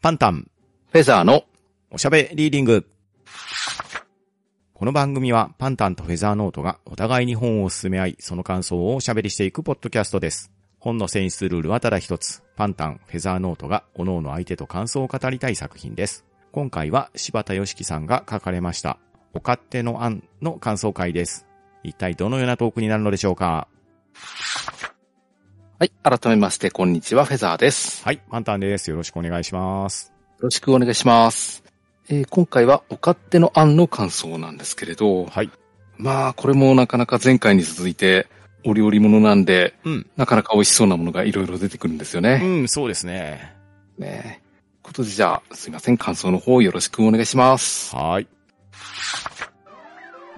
パンタン、フェザーの、おしゃべリーディング。この番組は、パンタンとフェザーノートがお互いに本を進め合い、その感想をおしゃべりしていくポッドキャストです。本の選出ルールはただ一つ、パンタン、フェザーノートが各々相手と感想を語りたい作品です。今回は柴田良樹さんが書かれました、お勝手の案の感想会です。一体どのようなトークになるのでしょうかはい、改めまして、こんにちは、フェザーです。よはい、パンタンです。よろしくお願いします。ろしくお願いします。えー今回は、お勝手の案の感想なんですけれど、はい。まあ、これもなかなか前回に続いて、お料理物なんで、うん。なかなか美味しそうなものがいろいろ出てくるんですようね。ん、そうですね。ねことで、じゃあ、すいません、感想の方よろしくお願いします。はい。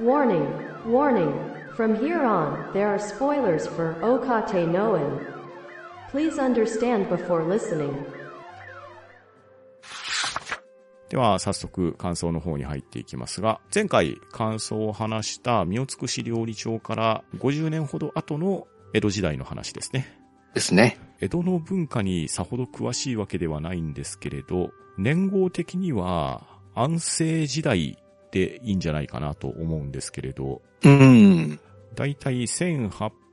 Warning, warning. From here on, there are spoilers for Okate Noen. Please understand before listening. では、早速、感想の方に入っていきますが、前回、感想を話した、三代つくし料理長から50年ほど後の江戸時代の話ですね。ですね。江戸の文化にさほど詳しいわけではないんですけれど、年号的には、安政時代でいいんじゃないかなと思うんですけれど、うん。だいたい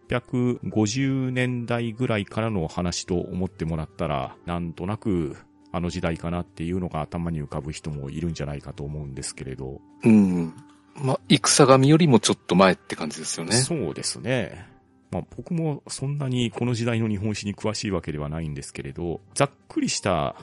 1850年代ぐらいからの話と思ってもらったら、なんとなくあの時代かなっていうのが頭に浮かぶ人もいるんじゃないかと思うんですけれど。うん。まあ、戦神よりもちょっと前って感じですよね。そうですね。まあ僕もそんなにこの時代の日本史に詳しいわけではないんですけれど、ざっくりした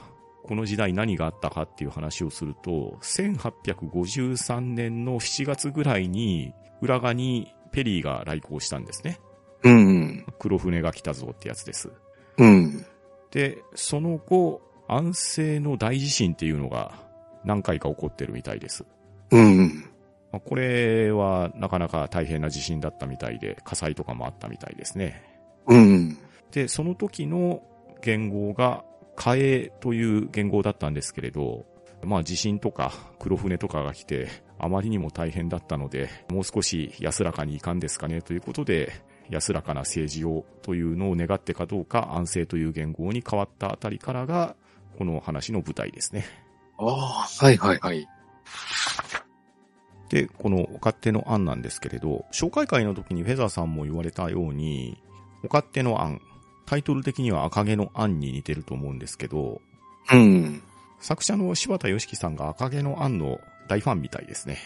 この時代何があったかっていう話をすると、1853年の7月ぐらいに、浦賀にペリーが来航したんですね。うん。黒船が来たぞってやつです。うん。で、その後、安政の大地震っていうのが何回か起こってるみたいです。うん。まあこれはなかなか大変な地震だったみたいで、火災とかもあったみたいですね。うん。で、その時の言語が火影という言語だったんですけれど、まあ地震とか黒船とかが来て、あまりにも大変だったので、もう少し安らかにいかんですかねということで、安らかな政治をというのを願ってかどうか安政という言語に変わったあたりからが、この話の舞台ですね。ああ、はいはいはい。で、このお勝手の案なんですけれど、紹介会の時にフェザーさんも言われたように、お勝手の案、タイトル的には赤毛の案に似てると思うんですけど、うん。作者の柴田良樹さんが赤毛の案の大ファンみたいですね。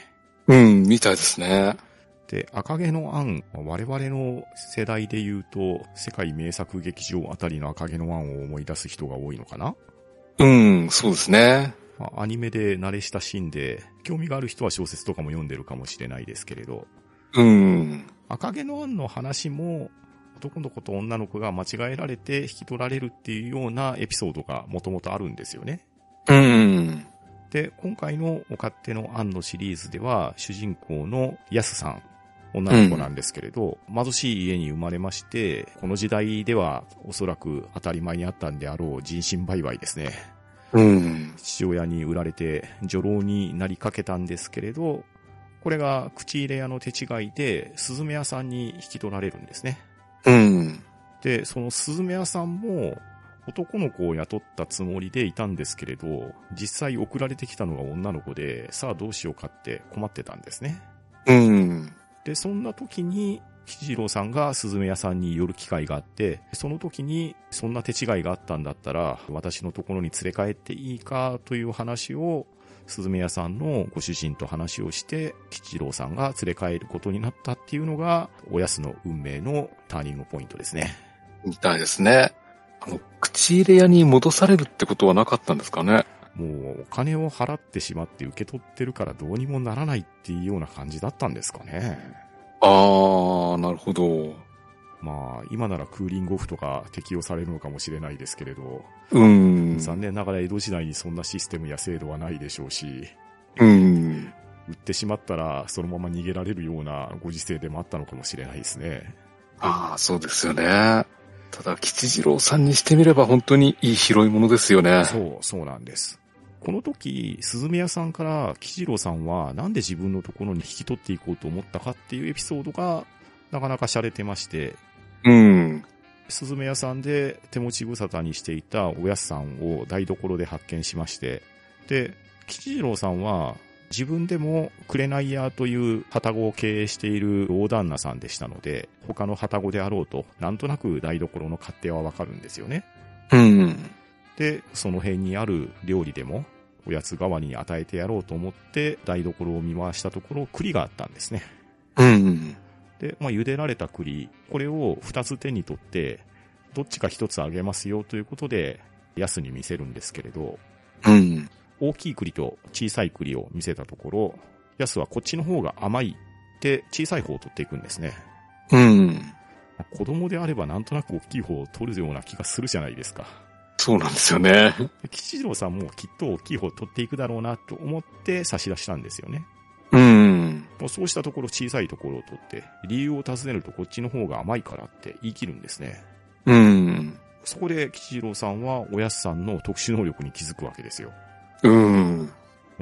うん、みたいですね。で、赤毛の案、我々の世代で言うと、世界名作劇場あたりの赤毛の案を思い出す人が多いのかなうん、そうですね。まあアニメで慣れ親しんで、興味がある人は小説とかも読んでるかもしれないですけれど、うん。赤毛の案の話も、男の子と女の子が間違えられて引き取られるっていうようなエピソードがもともとあるんですよね。うん。で、今回のお勝手の案のシリーズでは、主人公のヤスさん、女の子なんですけれど、貧しい家に生まれまして、この時代ではおそらく当たり前にあったんであろう人身売買ですね。うん。父親に売られて女郎になりかけたんですけれど、これが口入れ屋の手違いで、スズメ屋さんに引き取られるんですね。うん。で、そのスズメ屋さんも、男の子を雇ったつもりでいたんですけれど、実際送られてきたのが女の子で、さあどうしようかって困ってたんですね。うん。で、そんな時に、吉次郎さんがスズメ屋さんに寄る機会があって、その時に、そんな手違いがあったんだったら、私のところに連れ帰っていいかという話を、スズメ屋さんのご主人と話をして、吉次郎さんが連れ帰ることになったっていうのが、おやすの運命のターニングポイントですね。みたいですね。あの、口入れ屋に戻されるってことはなかったんですかね。もうお金を払ってしまって受け取ってるからどうにもならないっていうような感じだったんですかね。あー、なるほど。まあ、今ならクーリングオフとか適用されるのかもしれないですけれど、うん。残念ながら江戸時代にそんなシステムや制度はないでしょうし、うん。売ってしまったらそのまま逃げられるようなご時世でもあったのかもしれないですね。あー、そうですよね。ただ、吉次郎さんにしてみれば本当にいい拾い物ですよね。そう、そうなんです。この時、スズメ屋さんから吉次郎さんはなんで自分のところに引き取っていこうと思ったかっていうエピソードがなかなか洒落てまして、うん。スズメ屋さんで手持ち無沙汰にしていたおやすさんを台所で発見しまして、で、吉次郎さんは自分でもクレナイヤーという旗子を経営している大旦那さんでしたので、他の旗子であろうと、なんとなく台所の勝手はわかるんですよね。うん。で、その辺にある料理でも、おやつ代わりに与えてやろうと思って、台所を見回したところ、栗があったんですね。うん。で、まあ、茹でられた栗、これを二つ手に取って、どっちか一つあげますよということで、ヤスに見せるんですけれど、うん。大きい栗と小さい栗を見せたところ、ヤスはこっちの方が甘いって小さい方を取っていくんですね。うん。まあ子供であればなんとなく大きい方を取るような気がするじゃないですか。そうなんですよね。で吉次郎さんもきっと大きい方を取っていくだろうなと思って差し出したんですよね。うん。もうそうしたところ小さいところを取って、理由を尋ねるとこっちの方が甘いからって言い切るんですね。うん。そこで吉次郎さんはおやすさんの特殊能力に気づくわけですよ。うん。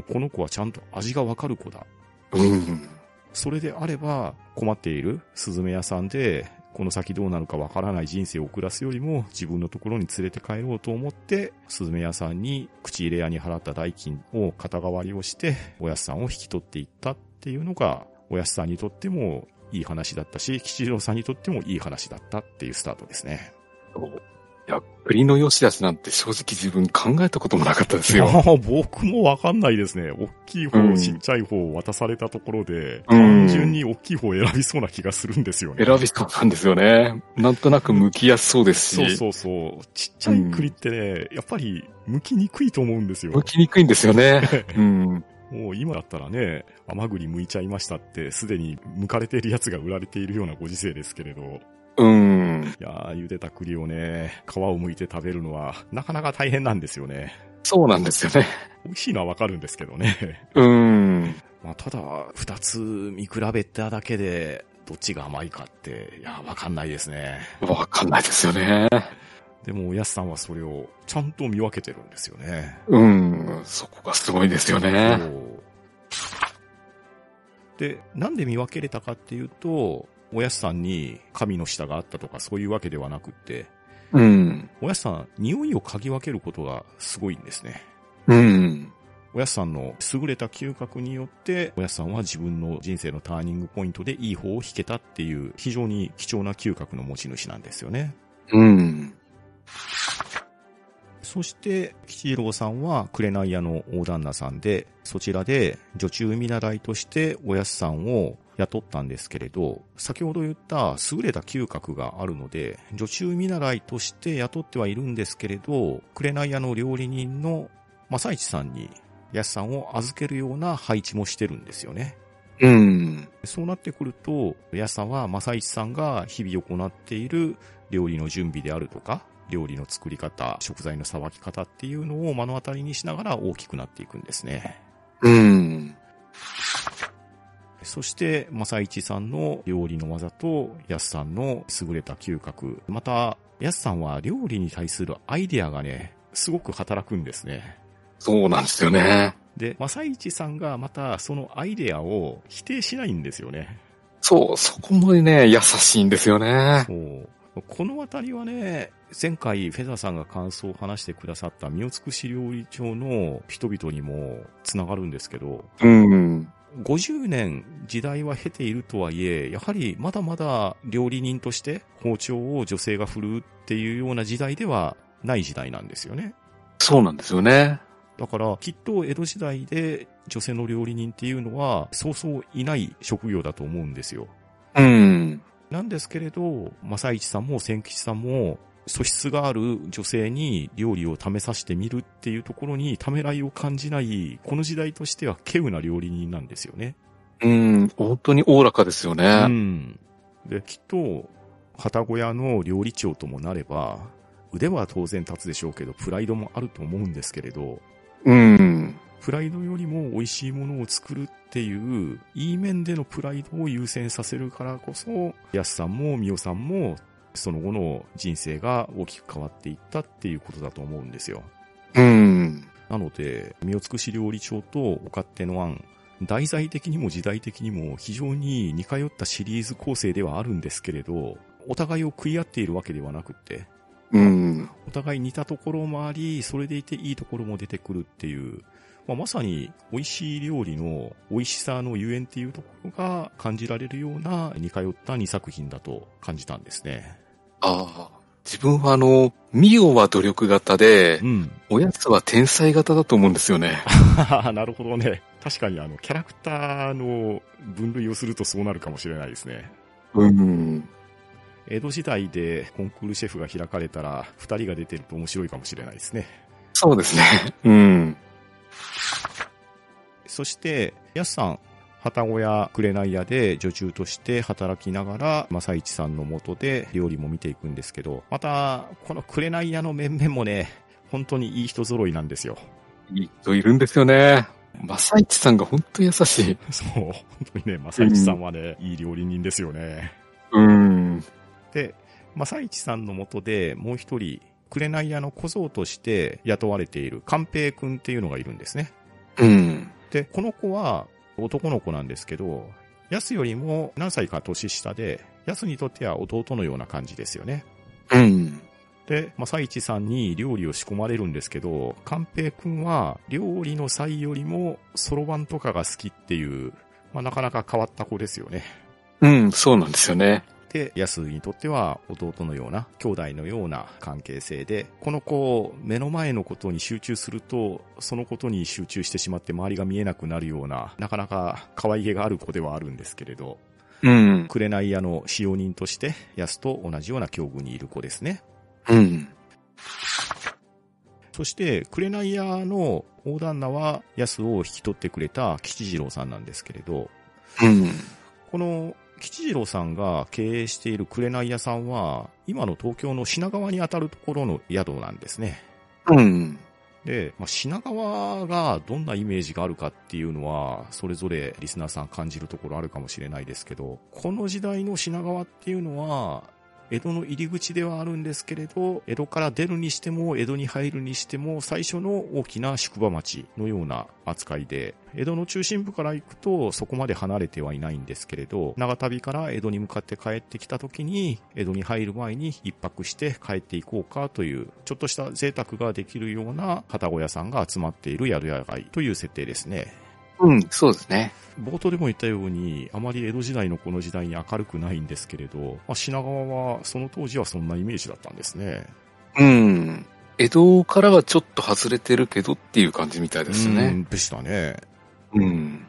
この子はちゃんと味がわかる子だ。うん。それであれば困っているスズメ屋さんで、この先どうなるかわからない人生を送らすよりも自分のところに連れて帰ろうと思って、スズメ屋さんに口入れ屋に払った代金を肩代わりをして、おやすさんを引き取っていったっていうのが、おやすさんにとってもいい話だったし、吉次郎さんにとってもいい話だったっていうスタートですね。いや、栗の良し悪しなんて正直自分考えたこともなかったですよ。ああ、僕もわかんないですね。大きい方、うんちっちゃい方を渡されたところで、う単ん純に大きい方を選びそうな気がするんですよね。選びそうなんですよね。なんとなく向きやすそうですし。そうそうそう。ちっちゃい栗ってね、やっぱり剥きにくいと思うんですよ。向きにくいんです よね。うん。もう今だったらね、甘栗剥いちゃいましたって、すでに剥かれているやつが売られているようなご時世ですけれど、いうん。やー、茹でた栗をね、皮を剥いて食べるのは、なかなか大変なんですよね。そうなんですよね。美味しいのはわかるんですけどね。うん。まあ、ただ、二つ見比べただけで、どっちが甘いかって、いや、わかんないですね。わかんないですよね。でも、おやすさんはそれを、ちゃんと見分けてるんですよね。うん。そこがすごいですよね。そうで、なんで見分けれたかっていうと、おやすさんに神の舌があったとかそういうわけではなくって、うん。おやすさん、匂いを嗅ぎ分けることがすごいんですね。うん。おやすさんの優れた嗅覚によって、おやすさんは自分の人生のターニングポイントでいい方を引けたっていう、非常に貴重な嗅覚の持ち主なんですよね。うん。そして、吉次郎さんは、紅屋の大旦那さんで、そちらで、女中見習いとして、おやすさんを雇ったんですけれど、先ほど言った、優れた嗅覚があるので、女中見習いとして雇ってはいるんですけれど、紅屋の料理人の正一さんに、やすさんを預けるような配置もしてるんですよね。うん。そうなってくると、やすさんは正一さんが日々行っている料理の準備であるとか、料理の作り方、食材のさばき方っていうのを目の当たりにしながら大きくなっていくんですね。うん。そして、正一さんの料理の技と、やすさんの優れた嗅覚、また、やすさんは料理に対するアイデアがね、すごく働くんですね。そうなんですよね。で、正一さんがまたそのアイデアを否定しないんですよね。そう、そこもね、優しいんですよね。そう。このあたりはね、前回フェザーさんが感想を話してくださった身を尽くし料理長の人々にもつながるんですけど、うん。 50年時代は経ているとはいえ、やはりまだまだ料理人として包丁を女性が振るうっていうような時代ではない時代なんですよね。そうなんですよね。だからきっと江戸時代で女性の料理人っていうのはそうそういない職業だと思うんですよ。うん。なんですけれど、正一さんも千吉さんも、素質がある女性に料理を試させてみるっていうところにためらいを感じない、この時代としては稀有な料理人なんですよね。うん。本当におおらかですようね。ん。で、きっと、旗小屋の料理長ともなれば、腕は当然立つでしょうけど、プライドもあると思うんですけれど、うん。プライドよりも美味しいものを作るっていう、いい面でのプライドを優先させるからこそ、ヤスさんもミオさんも、その後の人生が大きく変わっていったっていうことだと思うんですよ。うん。なので、身を尽くし料理長とお勝手の案、題材的にも時代的にも非常に似通ったシリーズ構成ではあるんですけれど、お互いを食い合っているわけではなくって、うん。お互い似たところもあり、それでいていいところも出てくるっていう、まあ、まさに美味しい料理の美味しさのゆえんっていうところが感じられるような似通った2作品だと感じたんですね。ああ。自分はあの、ミオは努力型でう、ん。 おやつは天才型だと思うんですよね。なるほどね。確かにあの、キャラクターの分類をするとそうなるかもしれないですね。うん。江戸時代でコンクールシェフが開かれたら、二人が出てると面白いかもしれないですね。そうですね。うん。そして、やすさん、旗小屋、紅屋で女中として働きながら、正一さんのもとで料理も見ていくんですけど、また、この紅屋の面々もね、本当にいい人揃いなんですよ。 いい人いるんですよね。マサイチさんが本当優しい。そう、本当にね、正一さんはね、いい料理人ですよね。うん。で、正一さんのもとでもう一人、紅屋の小僧として雇われている寛平くんっていうのがいるんですね。うん。で、この子は男の子なんですけど、ヤスよりも何歳か年下で、ヤスにとっては弟のような感じですよね。うん。で、まあ、サイチさんに料理を仕込まれるんですけど、寛平くんは料理の際よりもそろばんとかが好きっていう、まあ、なかなか変わった子ですよね。うん、そうなんですよね。で、ヤスにとっては弟のような、兄弟のような関係性で、この子、目の前のことに集中すると、そのことに集中してしまって周りが見えなくなるような、なかなか可愛げがある子ではあるんですけれど、うん。紅屋の使用人として、ヤスと同じような境遇にいる子ですね。うん。そして、紅屋の大旦那は、ヤスを引き取ってくれた吉次郎さんなんですけれど、うん。この吉次郎さんが経営している紅屋さんは、今の東京の品川にあたるところの宿なんですね。うん。で、まあ、品川がどんなイメージがあるかっていうのは、それぞれリスナーさん感じるところあるかもしれないですけど、この時代の品川っていうのは、江戸の入り口ではあるんですけれど、江戸から出るにしても、江戸に入るにしても、最初の大きな宿場町のような扱いで、江戸の中心部から行くと、そこまで離れてはいないんですけれど、長旅から江戸に向かって帰ってきた時に、江戸に入る前に一泊して帰っていこうかという、ちょっとした贅沢ができるような片小屋さんが集まっている宿屋街という設定ですね。うん、そうですね。冒頭でも言ったように、あまり江戸時代のこの時代に明るくないんですけれど、まあ、品川はその当時はそんなイメージだったんですね。うん。江戸からはちょっと外れてるけどっていう感じみたいですうね。ん。でしたね。うん。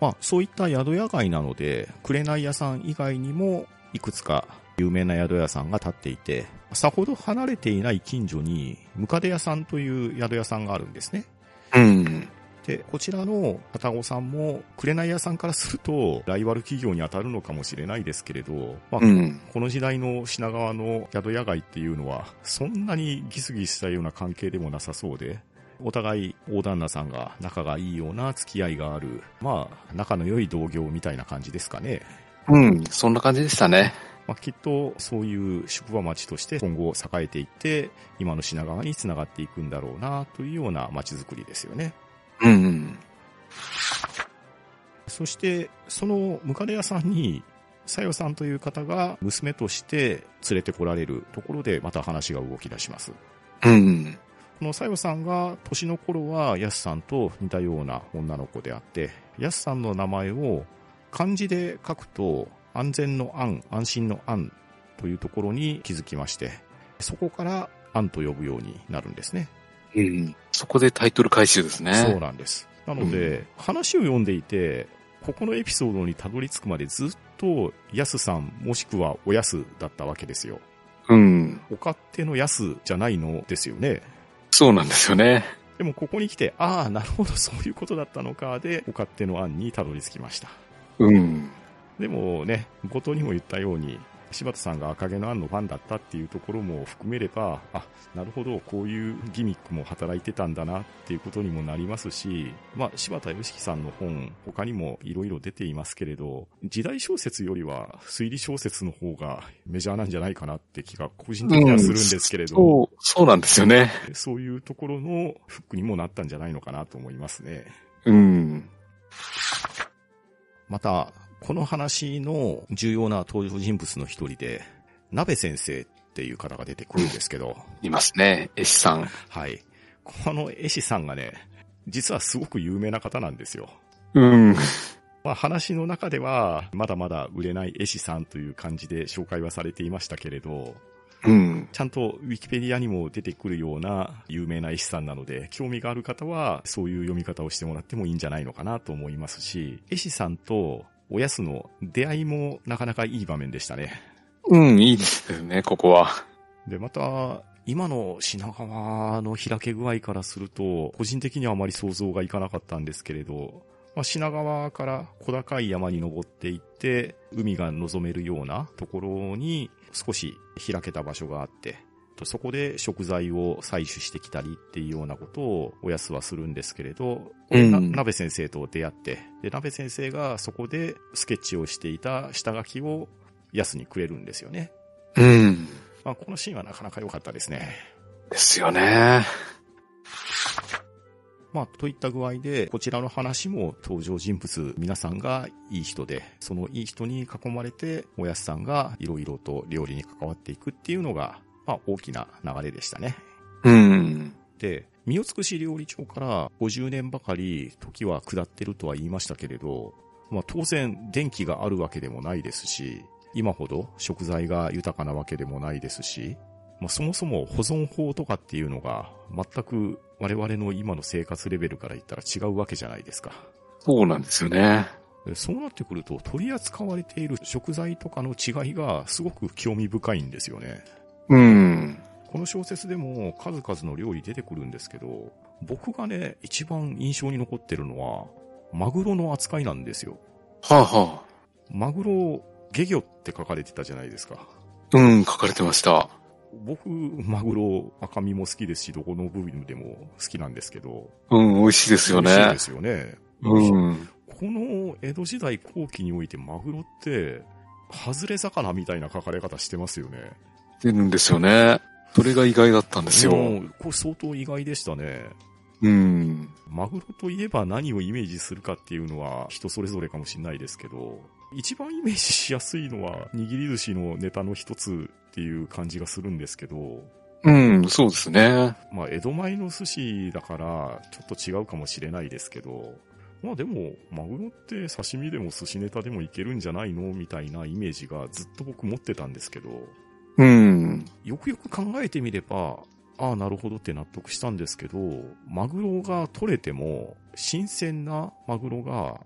まあ、そういった宿屋街なので、紅屋さん以外にも、いくつか有名な宿屋さんが建っていて、さほど離れていない近所に、ムカデ屋さんという宿屋さんがあるんですね。うん。で、こちらの片子さんも、紅屋さんからすると、ライバル企業に当たるのかもしれないですけれど、まあうん。この時代の品川の宿屋街っていうのは、そんなにギスギスしたような関係でもなさそうで、お互い大旦那さんが仲がいいような付き合いがある、まあ、仲の良い同業みたいな感じですかね。うん。そんな感じでしたね。まあ、きっと、そういう宿場町として今後栄えていって、今の品川に繋がっていくんだろうな、というような街づくりですよね。うん。そして、そのムカデ屋さんに、さよさんという方が娘として連れてこられるところで、また話が動き出します。うん。このさよさんが年の頃はやすさんと似たような女の子であって、やすさんの名前を漢字で書くと安全の安、安心の安というところに気づきまして、そこから安と呼ぶようになるんですね。うん。そこでタイトル回収ですね。そうなんです。なので、話を読んでいて、ここのエピソードにたどり着くまでずっとやすさんもしくはおやすだったわけですよ。うん。お勝手のやすじゃないのですよね。そうなんですよね。でもここに来て、ああ、なるほど、そういうことだったのか、で、お勝手の案にたどり着きました。うん。でもね、冒頭にも言ったように、柴田さんが赤毛の案のファンだったっていうところも含めれば、あ、なるほど、こういうギミックも働いてたんだなっていうことにもなりますし、まあ、柴田義樹さんの本、他にも色々出ていますけれど、時代小説よりは推理小説の方がメジャーなんじゃないかなって気が個人的にはするんですけれど、そう、そうなんですよね。そういうところのフックにもなったんじゃないのかなと思いますね。うん。また、この話の重要な登場人物の一人で、鍋先生っていう方が出てくるんですけど、いますね。絵師さん。はい。この絵師さんがね、実はすごく有名な方なんですよ。うん。まあ話の中では、まだまだ売れない絵師さんという感じで紹介はされていましたけれど、うん。ちゃんとウィキペディアにも出てくるような有名な絵師さんなので、興味がある方はそういう読み方をしてもらってもいいんじゃないのかなと思いますし、絵師さんとおやすの出会いもなかなかいい場面でしたね。うん、いいですね、ここは。で、また、今の品川の開け具合からすると、個人的にはあまり想像がいかなかったんですけれど、まあ、品川から小高い山に登っていって、海が望めるようなところに少し開けた場所があって、とそこで食材を採取してきたりっていうようなことをおやすはするんですけれど、うんな鍋先生と出会って、で、鍋先生がそこでスケッチをしていた下書きをやすにくれるんですよね。うん。まあ、このシーンはなかなか良かったですね。ですよね。まあ、といった具合で、こちらの話も登場人物皆さんがいい人で、そのいい人に囲まれて、おやすさんがいろいろと料理に関わっていくっていうのが、まあ、大きな流れでしたね。うん。で、身を尽くし料理長から50年ばかり時は下ってるとは言いましたけれど、まあ当然電気があるわけでもないですし、今ほど食材が豊かなわけでもないですし、まあそもそも保存法とかっていうのが全く我々の今の生活レベルから言ったら違うわけじゃないですか。そうなんですよね。でそうなってくると取り扱われている食材とかの違いがすごく興味深いんですよね。うん。この小説でも数々の料理出てくるんですけど、僕がね、一番印象に残ってるのは、マグロの扱いなんですよ。はあはマグロ、ゲ魚って書かれてたじゃないですか。あ。うん、書かれてました。僕、マグロ、赤身も好きですし、どこの部分でも好きなんですけど、うん、美味しいですよ美味しいねで。すよね。うん。この江戸時代後期においてマグロって、外れ魚みたいな書かれ方してますよね。出るんですよね。それが意外だったんですよ。うんこれ相当意外でしたね。うん。マグロといえば何をイメージするかっていうのは人それぞれかもしれないですけど、一番イメージしやすいのは 握り寿司のネタの一つっていう感じがするんですけど、うん、そうですね。まあ江戸前の寿司だからちょっと違うかもしれないですけど、まあでも、マグロって刺身でも寿司ネタでもいけるんじゃないのみたいなイメージがずっと僕持ってたんですけど、うん。よくよく考えてみれば、ああ、なるほどって納得したんですけど、マグロが取れても、新鮮なマグロが、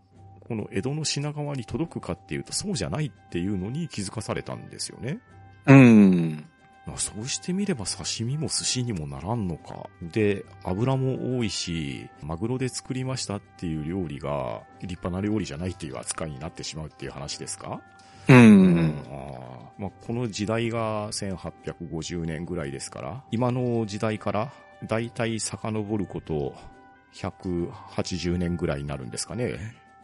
この江戸の品川に届くかっていうと、そうじゃないっていうのに気づかされたんですよね。うん。まあそうしてみれば刺身も寿司にもならんのか。で、油も多いし、マグロで作りましたっていう料理が、立派な料理じゃないっていう扱いになってしまうっていう話ですかううんん。あーまあ、この時代が1850年ぐらいですから、今の時代からだいたい遡ること180年ぐらいになるんですかね。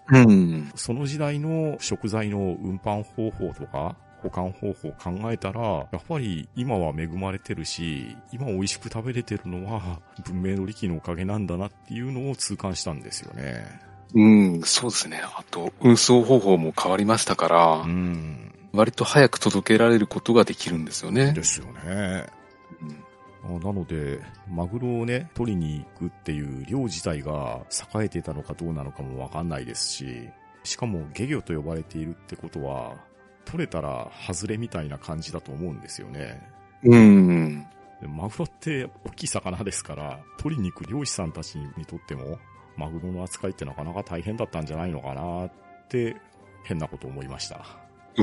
うん。その時代の食材の運搬方法とか、保管方法を考えたら、やっぱり今は恵まれてるし、今美味しく食べれてるのは文明の利器のおかげなんだなっていうのを痛感したんですよね。うん、そうですね。あと、運送方法も変わりましたから、うん。割と早く届けられることができるんですよねで。すよね。うんあなので、マグロをね、取りに行くっていう漁自体が栄えてたのかどうなのかもわかんないですし、しかも漁業と呼ばれているってことは、取れたら外れみたいな感じだと思うんですよね。うん。でマグロって大きい魚ですから、取りに行く漁師さんたちにとっても、マグロの扱いってなかなか大変だったんじゃないのかなって、変なこと思いました。そ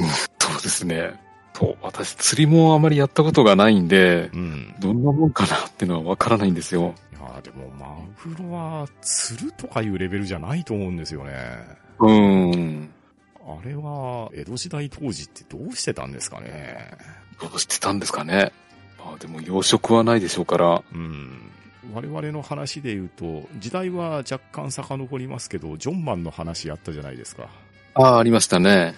うですね。そう、私釣りもあまりやったことがないんで、うん。どんなもんかなっていうのはわからないんですよ。いやーでもマグロは釣るとかいうレベルじゃないと思うんですよね。うん。あれは、江戸時代当時ってどうしてたんですかね。どうしてたんですかね。まあでも養殖はないでしょうから。うん。我々の話で言うと、時代は若干遡りますけど、ジョンマンの話やったじゃないですか。ああ、ありましたね。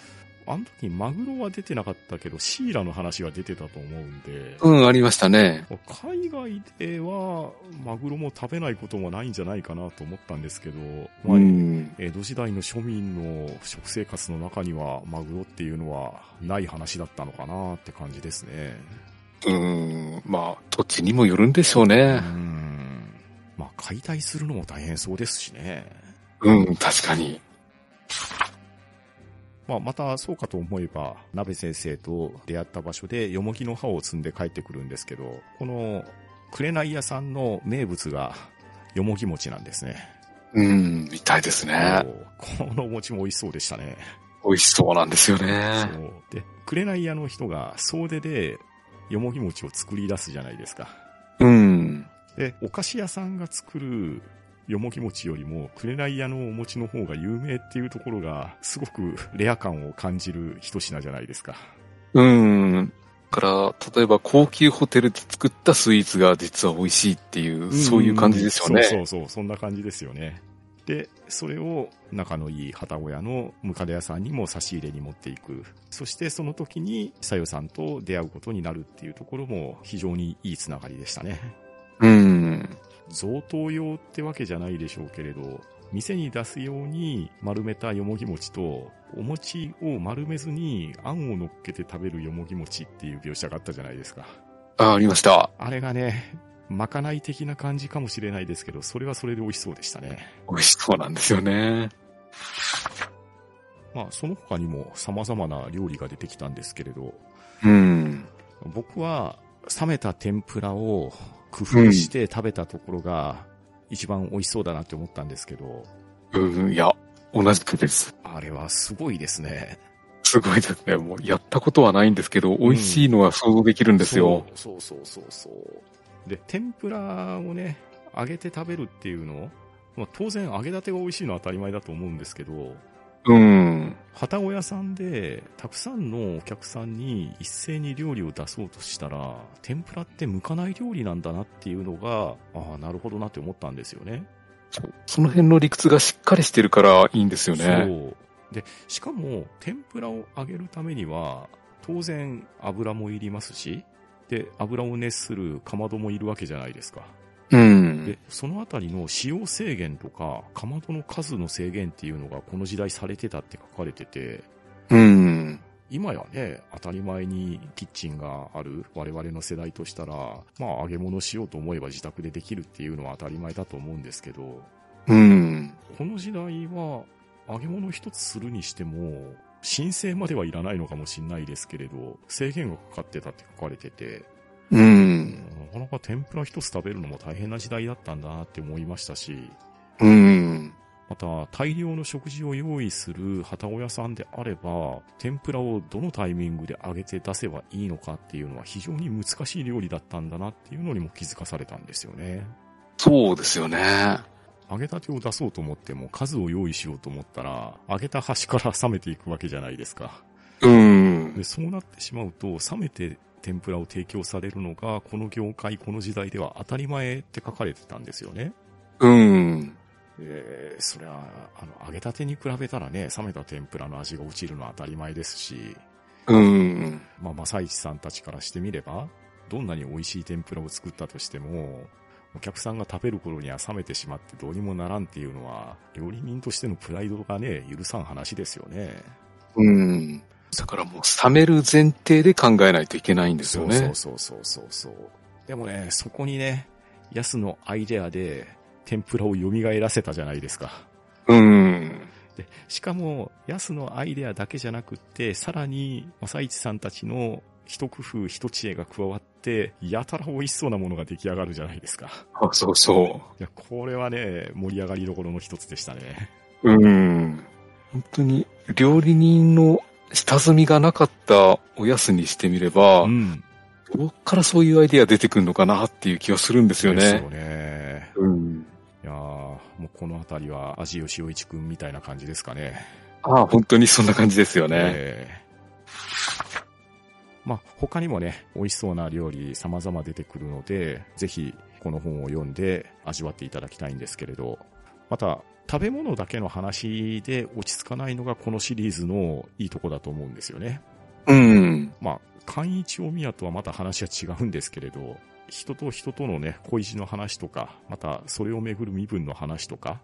あの時マグロは出てなかったけど、シイラの話は出てたと思うんで、うん、ありましたね。海外ではマグロも食べないこともないんじゃないかなと思ったんですけど、まあうん。江戸時代の庶民の食生活の中にはマグロっていうのはない話だったのかなって感じですね。うん。まあ、土地にもよるんでしょううね。ん。まあ解体するのも大変そうですしね。うん、確かに。まあ、またそうかと思えば、鍋先生と出会った場所でヨモギの葉を摘んで帰ってくるんですけど、この、紅屋さんの名物が、ヨモギ餅なんですね。うん、みたいですね。このお餅も美味しそうでしたね。美味しそうなんですよそね。う。で、紅屋の人が総出でヨモギ餅を作り出すじゃないですか。うん。で、お菓子屋さんが作るよもぎ餅よりも、紅屋のお餅の方が有名っていうところが、すごくレア感を感じる一品じゃないですか。うん。だから、例えば高級ホテルで作ったスイーツが実は美味しいっていう、そういう感じですよね。そうそうそう、そんな感じですよね。で、それを仲のいい旗小屋のムカデ屋さんにも差し入れに持っていく。そしてその時に、さよさんと出会うことになるっていうところも非常にいいつながりでしたね。うん。贈答用ってわけじゃないでしょうけれど、店に出すように丸めたよもぎ餅と、お餅を丸めずにあんを乗っけて食べるよもぎ餅っていう描写があったじゃないですか。あ、ありました。あれがね、まかない的な感じかもしれないですけど、それはそれで美味しそうでしたね。美味しそうなんですよね。まあ、その他にも様々な料理が出てきたんですけれど、うん。僕は冷めた天ぷらを工夫して食べたところが一番美味しそうだなって思ったんですけど、うん、いや、同じくです。あれはすごいですね。すごいですね。もう、やったことはないんですけど、美味しいのは想像できるんですよ。そうそうそうそうそうで天ぷらをね揚げて食べるっていうの、まあ、当然揚げたてが美味しいのは当たり前だと思うんですけどうん。旗小屋さんでたくさんのお客さんに一斉に料理を出そうとしたら天ぷらって向かない料理なんだなっていうのがああなるほどなって思ったんですよねそうその辺の理屈がしっかりしてるからいいんですよね。そうでしかも天ぷらを揚げるためには当然油もいりますしで油を熱するかまどもいるわけじゃないですかうんで。そのあたりの使用制限とか、かまどの数の制限っていうのがこの時代されてたって書かれてて、うん。今やね、当たり前にキッチンがある我々の世代としたら、まあ揚げ物しようと思えば自宅でできるっていうのは当たり前だと思うんですけど、うん。この時代は揚げ物一つするにしても、申請まではいらないのかもしれないですけれど、制限がかかってたって書かれてて、うん。なかなか天ぷら一つ食べるのも大変な時代だったんだなって思いましたし、うん。また、大量の食事を用意する旗親さんであれば、天ぷらをどのタイミングで揚げて出せばいいのかっていうのは非常に難しい料理だったんだなっていうのにも気づかされたんですよね。そうですよね。揚げたてを出そうと思っても数を用意しようと思ったら、揚げた端から冷めていくわけじゃないですか。うんで。そうなってしまうと、冷めて天ぷらを提供されるのが、この業界、この時代では当たり前って書かれてたんですよね。うん。えーそりゃ、あの、揚げたてに比べたらね、冷めた天ぷらの味が落ちるのは当たり前ですし、うん。まあ、正一さんたちからしてみれば、どんなに美味しい天ぷらを作ったとしても、お客さんが食べる頃には冷めてしまってどうにもならんっていうのは、料理人としてのプライドがね、許さん話ですよね。うん。だからもう冷める前提で考えないといけないんですよね。そうそうそうそうそうそう。でもね、そこにね、安のアイデアで天ぷらを蘇らせたじゃないですか。うん。で、しかも、ヤスのアイデアだけじゃなくって、さらに、正一さんたちの一工夫、一知恵が加わって、やたら美味しそうなものが出来上がるじゃないですか。あそうそいや、これはね、盛り上がりどころの一つでしたね。う。うん。本当に料理人の下積みがなかったおやすにしてみれば、ん。どっからそういうアイディア出てくるのかなっていう気がするんですよですよね。ね。うん。いやーもうこの辺りは、味吉洋一くんみたいな感じですかね。ああ、本当にそんな感じですよね。えーまあ、他にもね、美味しそうな料理様々出てくるので、ぜひこの本を読んで味わっていただきたいんですけれど、また、食べ物だけの話で落ち着かないのがこのシリーズのいいとこだと思うんですよね。うん。まあ、寛一お宮とはまた話は違うんですけれど、人と人とのね、恋路の話とか、またそれをめぐる身分の話とか、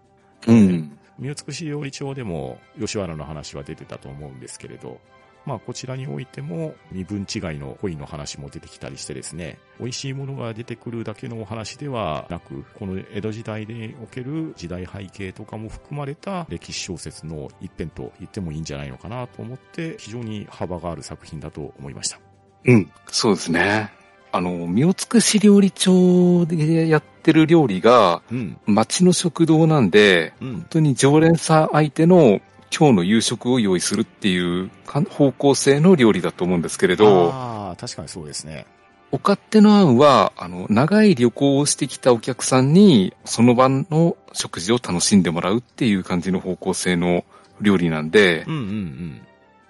うん。三美しい料理長でも吉原の話は出てたと思うんですけれど、まあこちらにおいても身分違いの恋の話も出てきたりしてですね、美味しいものが出てくるだけのお話ではなく、この江戸時代における時代背景とかも含まれた歴史小説の一編と言ってもいいんじゃないのかなと思って、非常に幅がある作品だと思いました。うん。そうですね。あの、身を尽くし料理長でやってる料理が、うん、町の食堂なんで、うん本、当に常連さん相手の今日の夕食を用意するっていうか方向性の料理だと思うんですけれど、ああ、確かにそうですね。お勝手の案は、あの、長い旅行をしてきたお客さんに、その晩の食事を楽しんでもらうっていう感じの方向性の料理なんでう、ん、うん、うん。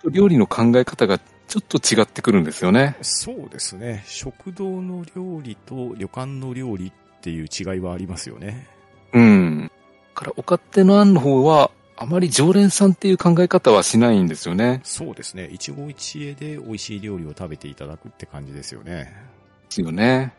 料理の考え方がちょっと違ってくるんですよね。そうですね。食堂の料理と旅館の料理っていう違いはありますよね。うん。だから、お勝手の案の方は、あまり常連さんっていう考え方はしないんですよね。そうですね。一期一会で美味しい料理を食べていただくって感じですよね。ですよね。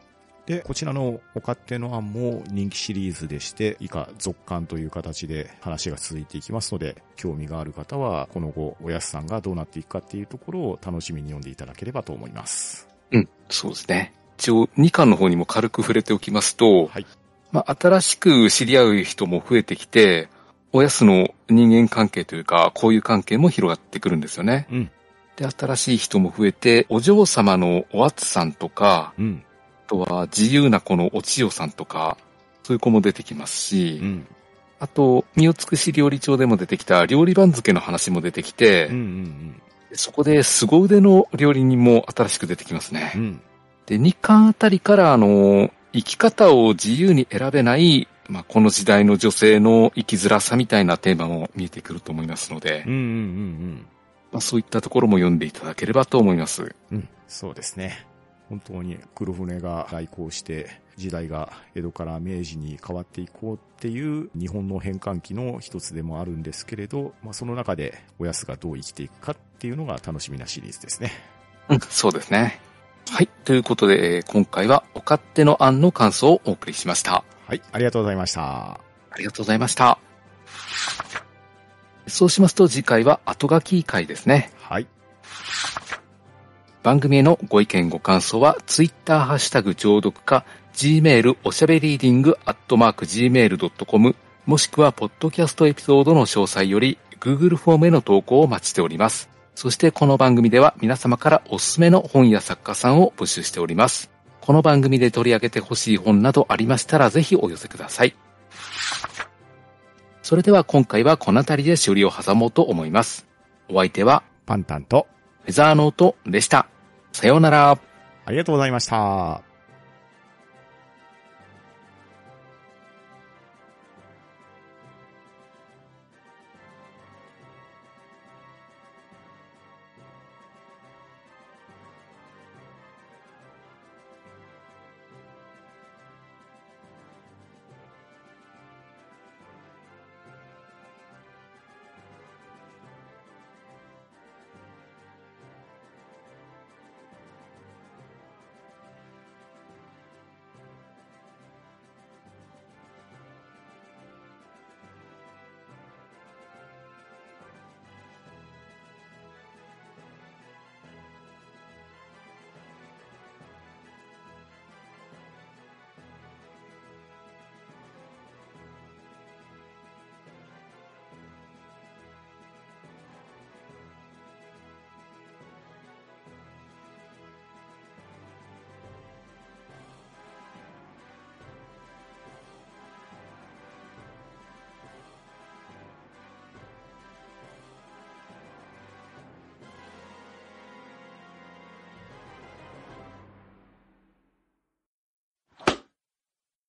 で、こちらのお勝手の案も人気シリーズでして、以下続巻という形で話が続いていきますので、興味がある方は、この後、おやすさんがどうなっていくかっていうところを楽しみに読んでいただければと思います。うん、そうですね。一応、2巻の方にも軽く触れておきますと、はいまあ、新しく知り合う人も増えてきて、おやすの人間関係というか、交友関係も広がってくるんですよね。うんで、新しい人も増えて、お嬢様のおあつさんとか、うん。あとは自由な子のお千代さんとか、そういう子も出てきますし、うん。あと、身を尽くし料理長でも出てきた料理番付の話も出てきて、うん。うん。そこで凄腕の料理人も新しく出てきますね。うん。で、2巻あたりから、あの、生き方を自由に選べない、まあ、この時代の女性の生きづらさみたいなテーマも見えてくると思いますので、うん。うん。うん。まあ、そういったところも読んでいただければと思います。うん、そうですね。本当に黒船が来航して、時代が江戸から明治に変わっていこうっていう日本の変換期の一つでもあるんですけれど、まあ、その中でおやすがどう生きていくかっていうのが楽しみなシリーズですね。うん、そうですね。はい。ということで、えー今回はお勝手の案の感想をお送りしました。はい、ありがとうございました。ありがとうございました。そうしますと次回は後書き会ですね。はい、番組へのご意見ご感想は、ツイッターハッシュタグ上読か、gmail おしゃべりーディングアットマーク gmail.com、もしくは、ポッドキャストエピソードの詳細より、Google フォームへの投稿をお待ちしております。そして、この番組では皆様からおすすめの本や作家さんを募集しております。この番組で取り上げてほしい本などありましたら、ぜひお寄せください。それでは今回はこの辺りで終了を挟もうと思います。お相手は、パンタンと、フェザーノートでした。さようなら。ありがとうございました。